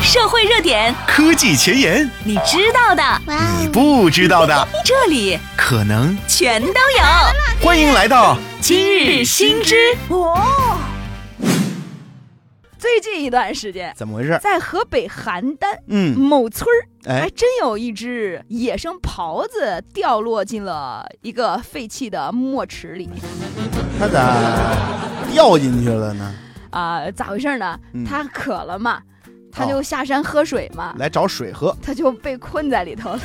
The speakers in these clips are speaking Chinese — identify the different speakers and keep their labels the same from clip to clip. Speaker 1: 社会热点，
Speaker 2: 科技前沿，
Speaker 1: 你知道的，
Speaker 3: 哇
Speaker 2: 你
Speaker 3: 哦！
Speaker 2: 不知道的，
Speaker 1: 这里
Speaker 2: 可能。
Speaker 1: 全都有。
Speaker 2: 欢迎来到
Speaker 1: 今日新知，
Speaker 4: 哦，最近一段时间，
Speaker 2: 怎么回事？
Speaker 4: 在河北邯郸
Speaker 2: 啊嗯，
Speaker 4: 某村儿，还
Speaker 2: 哎，
Speaker 4: 真有一只野生狍子掉落进了一个废弃的墨池里。
Speaker 2: 他咋掉进去了呢？
Speaker 4: 啊、咋回事呢
Speaker 2: 嗯？
Speaker 4: 它渴了嘛，它
Speaker 2: 哦
Speaker 4: 就下山喝水嘛，
Speaker 2: 来找水喝，
Speaker 4: 它就被困在里头了。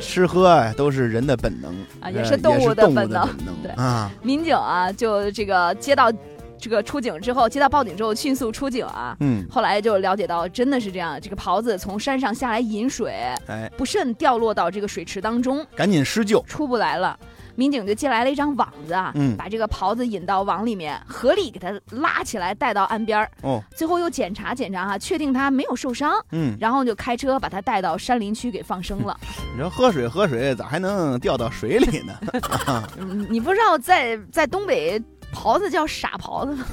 Speaker 2: 吃喝啊都是人的本能
Speaker 4: 啊
Speaker 2: 呃
Speaker 4: 也
Speaker 2: 也
Speaker 4: 是
Speaker 2: 是
Speaker 4: 动
Speaker 2: 物
Speaker 4: 物
Speaker 2: 的
Speaker 4: 的
Speaker 2: 本
Speaker 4: 本能
Speaker 2: 能
Speaker 4: 对
Speaker 2: 啊。
Speaker 4: 民警啊，就这个接到这个出警之后，接到报警之后，迅速出警啊。
Speaker 2: 嗯，
Speaker 4: 后来就了解到，真的是这样，这个狍子从山上下来饮水，
Speaker 2: 哎，
Speaker 4: 不慎掉落到这个水池当中，
Speaker 2: 赶紧施救。
Speaker 4: 出不来了。民警就借来了一张网子啊，
Speaker 2: 嗯
Speaker 4: 把这个狍子引到网里面，合力给它拉起来，带到岸边儿。
Speaker 2: 哦，
Speaker 4: 最后又检查检查哈、确定它没有受伤，
Speaker 2: 嗯，
Speaker 4: 然后就开车把它带到山林区给放生了。
Speaker 2: 你说喝水喝水，咋还能掉到水里 呢？
Speaker 4: 嗯你不知道在在东北狍子叫傻狍子吗？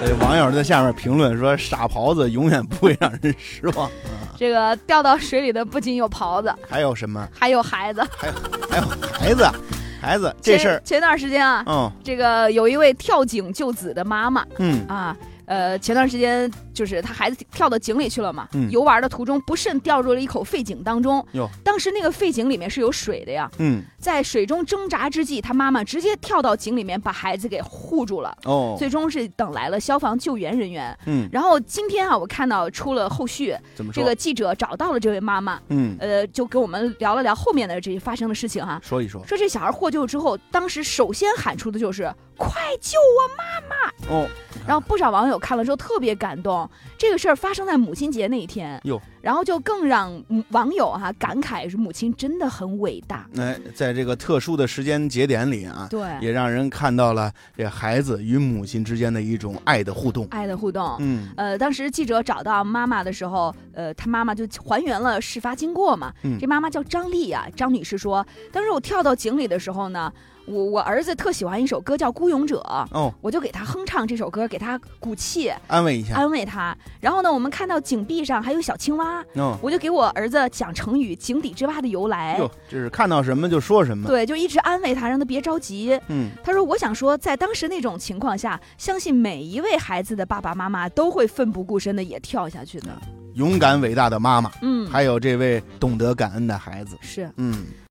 Speaker 2: 哎网友在下面评论说：“傻狍子永远不会让人失 望。
Speaker 4: 这个掉到水里的不仅有狍子，”
Speaker 2: 还有什么？
Speaker 4: 还有孩子。
Speaker 2: 还有孩子，啊孩子这事儿
Speaker 4: 前，前段时间啊，
Speaker 2: 嗯
Speaker 4: 这个有一位跳井救子的妈妈
Speaker 2: 嗯，
Speaker 4: 啊，呃，前段时间就是她孩子跳到井里去了嘛，
Speaker 2: 嗯
Speaker 4: 游玩的途中不慎掉入了一口废井当中
Speaker 2: 哟。
Speaker 4: 当时那个废井里面是有水的呀，
Speaker 2: 嗯，
Speaker 4: 在水中挣扎之际，她妈妈直接跳到井里面把孩子给护住了，
Speaker 2: 哦，
Speaker 4: 最终是等来了消防救援人员。
Speaker 2: 嗯，
Speaker 4: 然后今天啊，我看到出了后续，
Speaker 2: 怎么
Speaker 4: 这
Speaker 2: 说？
Speaker 4: 个记者找到了这位妈妈，
Speaker 2: 嗯，
Speaker 4: 呃，就跟我们聊了聊后面的这发生的事情哈、啊
Speaker 2: 说一说。
Speaker 4: 说这小孩获救之后，当时首先喊出的就是“快救
Speaker 2: 哦，”，
Speaker 4: 然后不少网友看了之后特别感动。这个事儿发生在母亲节那一天，
Speaker 2: 哟，
Speaker 4: 然后就更让嗯网友哈、感慨说母亲真的很伟 大。
Speaker 2: 哎，在这个特殊的时间节点里啊，
Speaker 4: 对，
Speaker 2: 也让人看到了这孩子与母亲之间的一种爱的互动。
Speaker 4: 爱的互动。
Speaker 2: 嗯
Speaker 4: 呃，当时记者找到妈妈的时候，呃，她妈妈就还原了事发经过嘛。
Speaker 2: 嗯
Speaker 4: 这妈妈叫张丽啊，张女士说，当时我跳到井里的时候呢，我我儿子特喜欢一首歌叫《孤勇者》，
Speaker 2: 哦，
Speaker 4: 我就给他哼唱这首歌，给他鼓气，
Speaker 2: 安慰一下。
Speaker 4: 安慰他。然后呢，我们看到井壁上还有小青蛙，
Speaker 2: 哦，
Speaker 4: 我就给我儿子讲成语“井底之蛙”的由来。
Speaker 2: 哟，这是看到什么就说什么。
Speaker 4: 哎对，就一直安慰他，让他别着急。
Speaker 2: 嗯，
Speaker 4: 他说：“我想说，在当时那种情况下，相信每一位孩子的爸爸妈妈都会奋不顾身的也跳下去的。
Speaker 2: 勇敢伟大的妈妈，
Speaker 4: 嗯，
Speaker 2: 还有这位懂得感恩的孩子。
Speaker 4: 是。
Speaker 2: 嗯。